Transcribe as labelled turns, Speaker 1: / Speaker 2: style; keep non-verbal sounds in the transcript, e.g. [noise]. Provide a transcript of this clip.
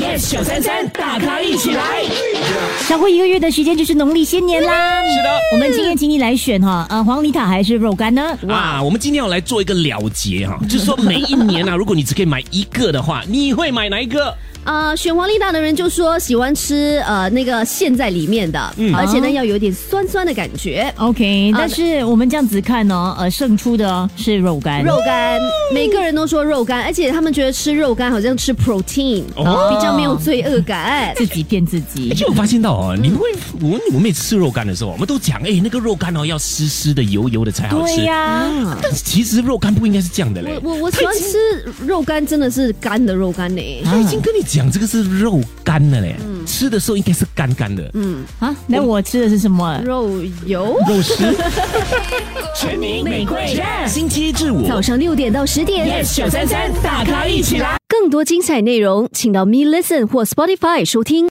Speaker 1: yes 九三三，大咖一起来。
Speaker 2: 少过一个月的时间就是农历新年啦。
Speaker 1: 是的
Speaker 2: 我们今天请你来选哈，呃，黄梨塔还是肉干呢？
Speaker 1: 啊，我们今天要来做一个了结哈，就是说每一年 [laughs] 啊，如果你只可以买一个的话，你会买哪一个？
Speaker 3: 呃，选黄丽达的人就说喜欢吃呃那个馅在里面的，而且呢要有点酸酸的感觉。
Speaker 2: OK，
Speaker 3: 啊
Speaker 2: 但是我们这样子看哦，呃，胜出的哦是肉干，
Speaker 3: 肉干，每个人都说肉干，而且他们觉得吃肉干好像吃 protein，、
Speaker 1: 哦
Speaker 3: 比较没有罪恶感。
Speaker 2: 自己骗自己
Speaker 1: 而。且我发现到哦，你们会我我们每次吃肉干的时候，我们都讲哎，那个肉干哦要湿湿的、油油的才好吃。
Speaker 2: 对呀、
Speaker 1: 但是其实肉干不应该是这样的嘞
Speaker 3: 我。我我喜欢吃肉干，真的是干的肉干呢、
Speaker 1: 他已经跟你讲这个是肉干了嘞，吃的时候应该是干干的。
Speaker 2: 啊，那我吃的是什么？
Speaker 3: 肉油。
Speaker 1: [laughs] 肉丝。全民玫瑰，星期一至五
Speaker 3: 早上六点到十点
Speaker 1: 933大咖一起来。
Speaker 3: 更多精彩内容，请到 Me Listen 或 Spotify 收听。